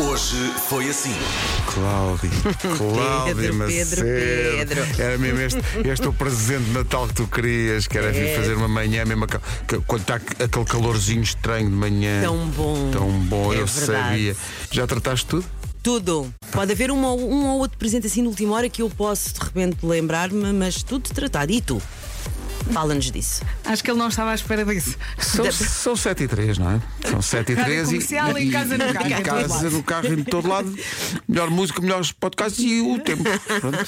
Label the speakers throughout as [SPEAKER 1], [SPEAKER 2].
[SPEAKER 1] Hoje foi assim.
[SPEAKER 2] Cláudio, Cláudio
[SPEAKER 3] Pedro,
[SPEAKER 2] Macedo.
[SPEAKER 3] Pedro, Pedro.
[SPEAKER 2] Era mesmo este, este o presente de Natal que tu querias, que era vir
[SPEAKER 3] É.
[SPEAKER 2] fazer uma manhã, mesmo aqua- que- quando está aquele calorzinho estranho de manhã.
[SPEAKER 3] Tão bom.
[SPEAKER 2] Tão bom,
[SPEAKER 3] É
[SPEAKER 2] eu
[SPEAKER 3] verdade.
[SPEAKER 2] sabia. Já trataste tudo?
[SPEAKER 3] Tudo. Pode haver um ou, um ou outro presente assim de última hora que eu posso de repente lembrar-me, mas tudo tratado. E tu? Fala-nos disso.
[SPEAKER 4] Acho que ele não estava à espera disso.
[SPEAKER 2] São, Então, são 7 e 3, não é? São 7 e
[SPEAKER 4] Rádio
[SPEAKER 2] 3 e,
[SPEAKER 4] comercial,
[SPEAKER 2] e,
[SPEAKER 4] em casa, no
[SPEAKER 2] e- em
[SPEAKER 4] carro, em todo
[SPEAKER 2] casa,
[SPEAKER 4] lado.
[SPEAKER 2] no carro, em todo lado. Melhor música, melhores podcasts e o tempo. Pronto,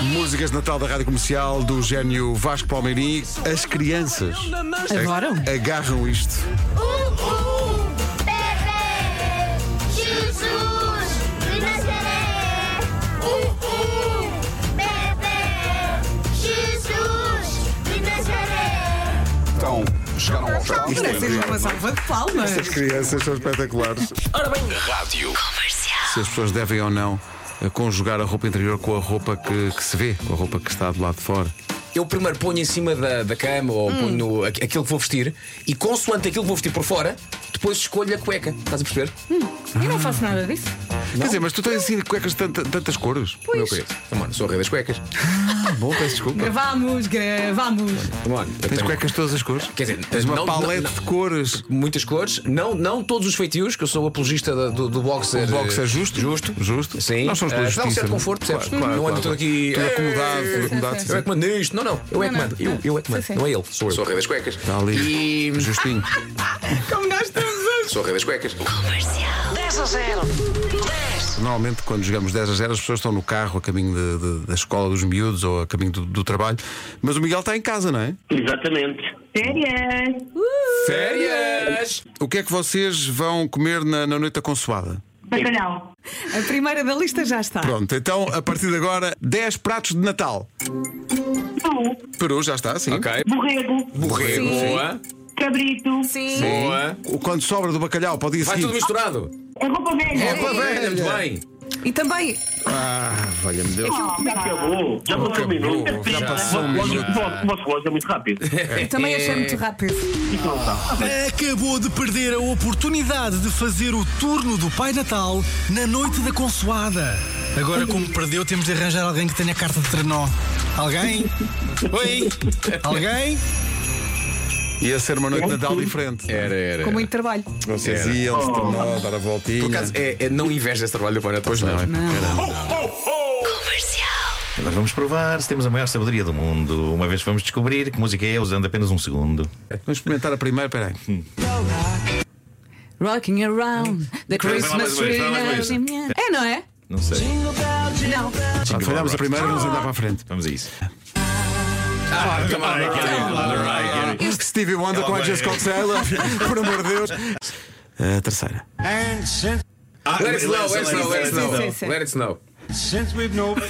[SPEAKER 2] é. Músicas de Natal da Rádio Comercial do gênio Vasco Palmeirim. As crianças
[SPEAKER 4] Adoram.
[SPEAKER 5] Então
[SPEAKER 2] agarram isto.
[SPEAKER 6] Bebê Jesus de Nazaré. Um, um, bebê Jesus de Nazaré.
[SPEAKER 1] Então, chegaram ao estado.
[SPEAKER 4] Isto é ser uma salva de palmas.
[SPEAKER 2] As crianças são espetaculares.
[SPEAKER 1] Rádio.
[SPEAKER 2] Se as pessoas devem ou não eh, conjugar a roupa interior com a roupa que, que se vê, com a roupa que está do lado de fora.
[SPEAKER 7] Eu primeiro ponho em cima da, da cama ou
[SPEAKER 2] Hum.
[SPEAKER 7] ponho aqu- aquilo que vou vestir e consoante aquilo que vou vestir por fora, depois escolho a cueca. Estás a perceber?
[SPEAKER 4] Eu não faço nada disso.
[SPEAKER 2] Quer dizer, mas tu tens assim cuecas de tanta- tantas cores.
[SPEAKER 7] Meu querido. Come on, sou o rei das cuecas.
[SPEAKER 2] Ah, bom, peço desculpa.
[SPEAKER 4] Gravamos, gravamos.
[SPEAKER 7] Come on, eu
[SPEAKER 2] Tens
[SPEAKER 7] tenho
[SPEAKER 2] cuecas de todas as cores?
[SPEAKER 7] Quer dizer,
[SPEAKER 2] tens uma
[SPEAKER 7] não-
[SPEAKER 2] palete
[SPEAKER 7] não-
[SPEAKER 2] de cores.
[SPEAKER 7] Muitas cores, não, não todos os feitios, que eu sou apologista da- do, do boxer.
[SPEAKER 2] O box é justo?
[SPEAKER 7] Justo.
[SPEAKER 2] Justo.
[SPEAKER 7] Sim.
[SPEAKER 2] Nós somos
[SPEAKER 7] Eh,
[SPEAKER 2] pela
[SPEAKER 7] dá um
[SPEAKER 2] justiça,
[SPEAKER 7] certo
[SPEAKER 2] não é?
[SPEAKER 7] conforto, percebes?
[SPEAKER 2] Claro, claro,
[SPEAKER 7] não
[SPEAKER 2] claro.
[SPEAKER 7] ando tudo aqui.
[SPEAKER 2] Tudo
[SPEAKER 7] "Eh,
[SPEAKER 2] acomodado, tudo acomodado, sim,
[SPEAKER 7] Eu é que mando isto. Não, não. Eu é que
[SPEAKER 4] Não,
[SPEAKER 7] mando.
[SPEAKER 4] não.
[SPEAKER 7] Eu, eu é que
[SPEAKER 4] Sim,
[SPEAKER 7] mando.
[SPEAKER 4] sim.
[SPEAKER 7] Não é ele. Sou eu. Sou o rei das cuecas.
[SPEAKER 2] Está ali.
[SPEAKER 7] E.
[SPEAKER 2] Justinho.
[SPEAKER 4] Como nós estamos hoje.
[SPEAKER 7] Sou o rei das cuecas.
[SPEAKER 2] Normalmente, quando jogamos 10 a 0, as pessoas estão no carro, a caminho de- de- da escola dos miúdos ou a caminho do, do trabalho. Mas o Miguel está em casa, não é?
[SPEAKER 8] Exatamente.
[SPEAKER 9] Férias!
[SPEAKER 7] Férias!
[SPEAKER 2] O que é que vocês vão comer na, na noite da consoada?
[SPEAKER 9] Bacalhau!
[SPEAKER 4] A primeira da lista já está.
[SPEAKER 2] Pronto, então, a partir de agora, 10 pratos de Natal.
[SPEAKER 9] Pão,
[SPEAKER 2] Peru, já está, sim.
[SPEAKER 7] Ok.
[SPEAKER 9] borrego,
[SPEAKER 7] Borrego. Boa.
[SPEAKER 9] cabrito,
[SPEAKER 7] Boa.
[SPEAKER 2] O quando sobra do bacalhau para o dia
[SPEAKER 7] Vai tudo
[SPEAKER 2] seguinte.
[SPEAKER 7] misturado.
[SPEAKER 9] a é roupa
[SPEAKER 5] É
[SPEAKER 9] velha.
[SPEAKER 2] Tá
[SPEAKER 7] Opa, velha, muito bem.
[SPEAKER 4] E também,
[SPEAKER 2] Ah, valha-me Deus.
[SPEAKER 8] Acabou. Já passou um
[SPEAKER 2] Acabou.
[SPEAKER 8] minuto.
[SPEAKER 2] Já passou um
[SPEAKER 8] Vosso-
[SPEAKER 2] minuto.
[SPEAKER 8] vosso- Vosso relógio é muito rápido.
[SPEAKER 4] e também achei
[SPEAKER 5] É.
[SPEAKER 4] muito rápido.
[SPEAKER 10] Acabou de perder a oportunidade de fazer o turno do Pai Natal na noite da consoada. Agora, como perdeu, temos de arranjar alguém que tenha carta de trenó. Alguém? Oi? Alguém?
[SPEAKER 2] Ia ser uma noite de Natal diferente.
[SPEAKER 7] Era, era.
[SPEAKER 4] Com muito trabalho.
[SPEAKER 2] Vocês iam se tornar, dar a voltinha.
[SPEAKER 7] Por acaso, é, é- não inveja esse trabalho do Pai Natal.
[SPEAKER 2] Pois não, é
[SPEAKER 5] Agora vamos provar se temos a maior sabedoria do mundo. Uma vez vamos descobrir que música é usando apenas um segundo.
[SPEAKER 2] Vamos experimentar a primeira, peraí.
[SPEAKER 4] Rocking around the Christmas tree.
[SPEAKER 5] Vai lá mais uma vez, vai lá mais uma vez.
[SPEAKER 4] É, não é?
[SPEAKER 5] Não sei.
[SPEAKER 4] Não.
[SPEAKER 2] Já falhámos a primeira, vamos andar para a frente.
[SPEAKER 5] Vamos a isso.
[SPEAKER 11] Ah,
[SPEAKER 5] Ah,
[SPEAKER 2] Stevie Wonder com a Just Coxella, por amor de Deus. A terceira.
[SPEAKER 7] Let it snow, let it snow, let it
[SPEAKER 4] Sim, sim, sim.
[SPEAKER 7] snow. Let it snow.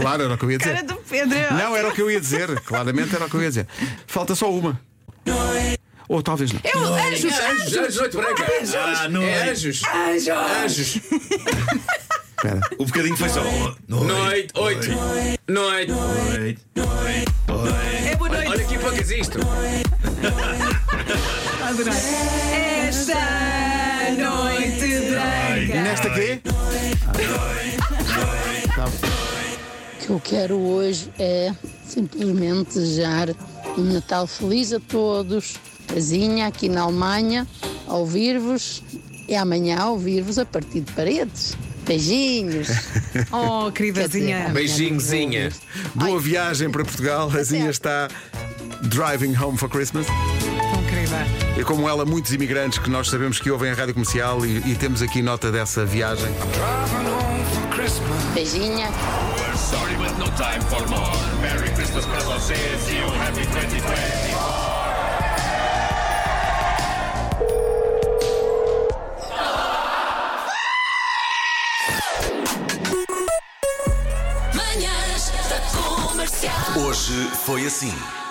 [SPEAKER 2] Claro, era o que eu ia dizer.
[SPEAKER 4] do Pedro.
[SPEAKER 2] Não, era o que eu ia dizer. Claramente era o que eu ia dizer. Falta só uma. Ou talvez não.
[SPEAKER 4] Eu, anjos,
[SPEAKER 7] Anjos, anjos, noite branca.
[SPEAKER 5] Ah, não
[SPEAKER 7] É
[SPEAKER 5] é.
[SPEAKER 7] Anjos. Anjos.
[SPEAKER 5] O bocadinho foi só.
[SPEAKER 7] Noite, oito. Noite.
[SPEAKER 5] Noite.
[SPEAKER 4] é boa
[SPEAKER 7] Olha
[SPEAKER 4] noite.
[SPEAKER 7] que pouco isto.
[SPEAKER 4] Adorei. Esta noite branca.
[SPEAKER 2] Nesta quê?
[SPEAKER 11] que eu quero hoje é simplesmente desejar um Natal feliz a todos. Casinha aqui na Alemanha, a ouvir-vos e amanhã a ouvir-vos a partir de paredes. Beijinhos.
[SPEAKER 4] Oh,
[SPEAKER 11] Quer dizer,
[SPEAKER 4] queridazinha.
[SPEAKER 11] amanhã
[SPEAKER 7] Beijinhozinha.
[SPEAKER 11] vos vou ouvir.
[SPEAKER 2] Boa viagem para Portugal. A Zinha está driving home for Christmas.
[SPEAKER 4] Tão querida.
[SPEAKER 2] E como ela, muitos imigrantes que nós sabemos que ouvem a rádio comercial e, e temos aqui nota dessa viagem.
[SPEAKER 11] Beijinha.
[SPEAKER 1] Hoje foi assim.